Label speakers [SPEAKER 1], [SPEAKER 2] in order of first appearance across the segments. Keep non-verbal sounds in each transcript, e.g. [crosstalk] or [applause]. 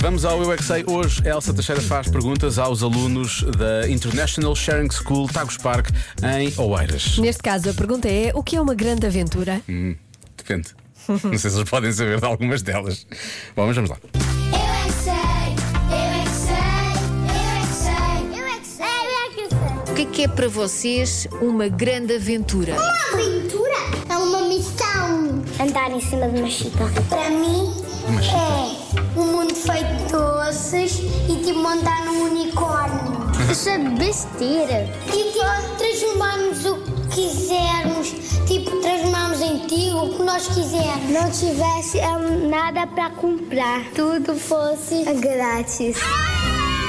[SPEAKER 1] Vamos ao Eu é que Sei. Hoje, Elsa Teixeira faz perguntas aos alunos da International Sharing School Tagus Park, em Oeiras.
[SPEAKER 2] Neste caso, a pergunta é: o que é uma grande aventura?
[SPEAKER 1] Depende. Não sei se vocês podem saber de algumas delas. Bom, mas vamos lá.
[SPEAKER 3] Eu é que sei, eu é que sei, eu é que sei, eu é que sei, eu é que sei,
[SPEAKER 4] O que é que é para vocês uma grande aventura?
[SPEAKER 3] Uma aventura é uma missão. Andar em cima de uma chita. Para mim é um mundo feito de doces e tipo montar num unicórnio. Isso é besteira. E tipo, transformarmos o que quisermos, tipo, transformarmos em ti o que nós quisermos. Não tivesse eh, nada para comprar, tudo fosse Ah! grátis.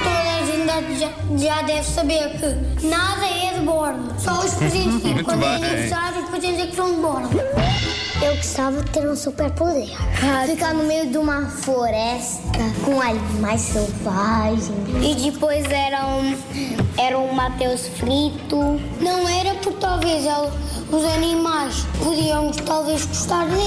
[SPEAKER 3] Toda a gente já, já deve saber que nada é de bordo. Só os presentes, tipo, quando é
[SPEAKER 1] bem.
[SPEAKER 3] aniversário, os presentes é que são de bordo. Eu gostava de ter um superpoder. Ficar no meio de uma floresta com animais selvagens. E depois era um, era um Mateus frito. Não era porque talvez ele- os animais podiam talvez gostar dele.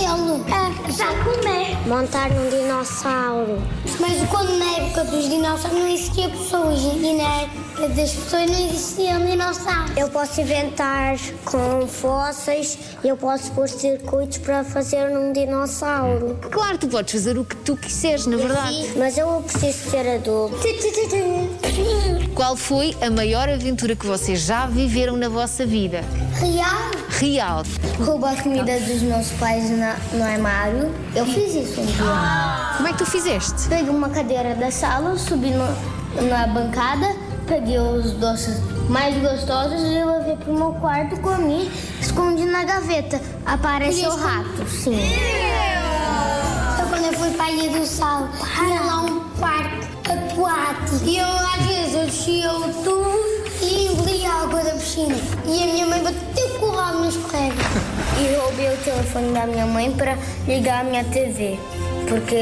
[SPEAKER 3] É, já comer. Montar num dinossauro. Mas quando na época dos dinossauros não existia pessoas e na época das pessoas não um existiam dinossauros. Eu posso inventar com fósseis, eu posso pôr circuitos para fazer um dinossauro.
[SPEAKER 4] Claro, tu podes fazer o que tu quiseres, na verdade.
[SPEAKER 3] Mas eu preciso ser adulto.
[SPEAKER 4] Qual foi a maior aventura que vocês já viveram na vossa vida?
[SPEAKER 3] Real?
[SPEAKER 4] Real.
[SPEAKER 3] Roubar a comida dos meus pais no armário. Eu fiz isso um dia.
[SPEAKER 4] Como é que tu fizeste?
[SPEAKER 3] Peguei uma cadeira da sala, subi no- na bancada, peguei os doces mais gostosos e levei pro meu quarto, comi, escondi na gaveta. Apareceu o rato, sim. Eu, Então, quando eu fui para a Ilha do Sal, tinha lá um parque aquático. E eu, às vezes, eu descia o tubo e engoli a água da piscina. E a minha mãe bateu com o rabo no escorrega. E roubei o telefone da minha mãe para ligar a minha TV. Porque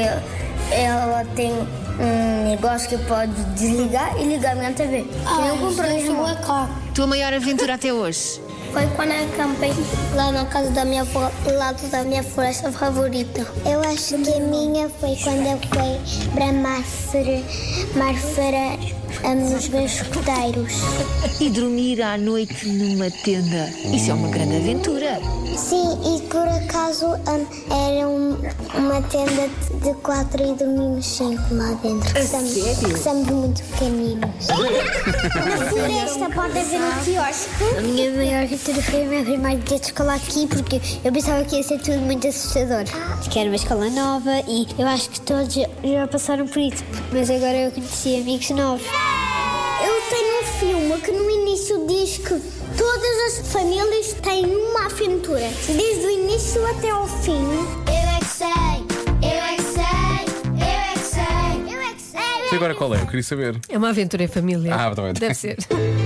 [SPEAKER 3] ela tem um negócio que pode desligar e ligar a minha TV. Ah, eu comprei isso é caro.
[SPEAKER 4] Tua maior aventura até hoje?
[SPEAKER 3] Foi quando eu acampei lá na casa da minha avó, do lado da minha floresta favorita. Eu acho que a minha foi quando eu fui para Marfara, Marfara, eh, nos meus escuteiros.
[SPEAKER 4] E dormir à noite numa tenda. Isso é uma grande aventura.
[SPEAKER 3] Sim, e por acaso eh, era um, uma tenda de quatro e dormimos cinco lá dentro. Que somos, muito pequeninos. Na floresta pode haver um quiosque. A minha maior aventura foi o meu primeiro dia de escola aqui, porque eu pensava que ia ser tudo muito assustador. Porque era uma escola nova e eu acho que todos já- já passaram por isso. Mas agora eu conheci amigos novos. Eu tenho um filme que no início diz que todas as famílias têm uma aventura, desde o início até ao fim. Eu é que sei, eu é que sei, eu é que sei, eu é que sei.
[SPEAKER 1] E agora qual é? Eu queria saber.
[SPEAKER 2] É uma aventura em família.
[SPEAKER 1] Ah, tá bem. [laughs]
[SPEAKER 2] Deve ser.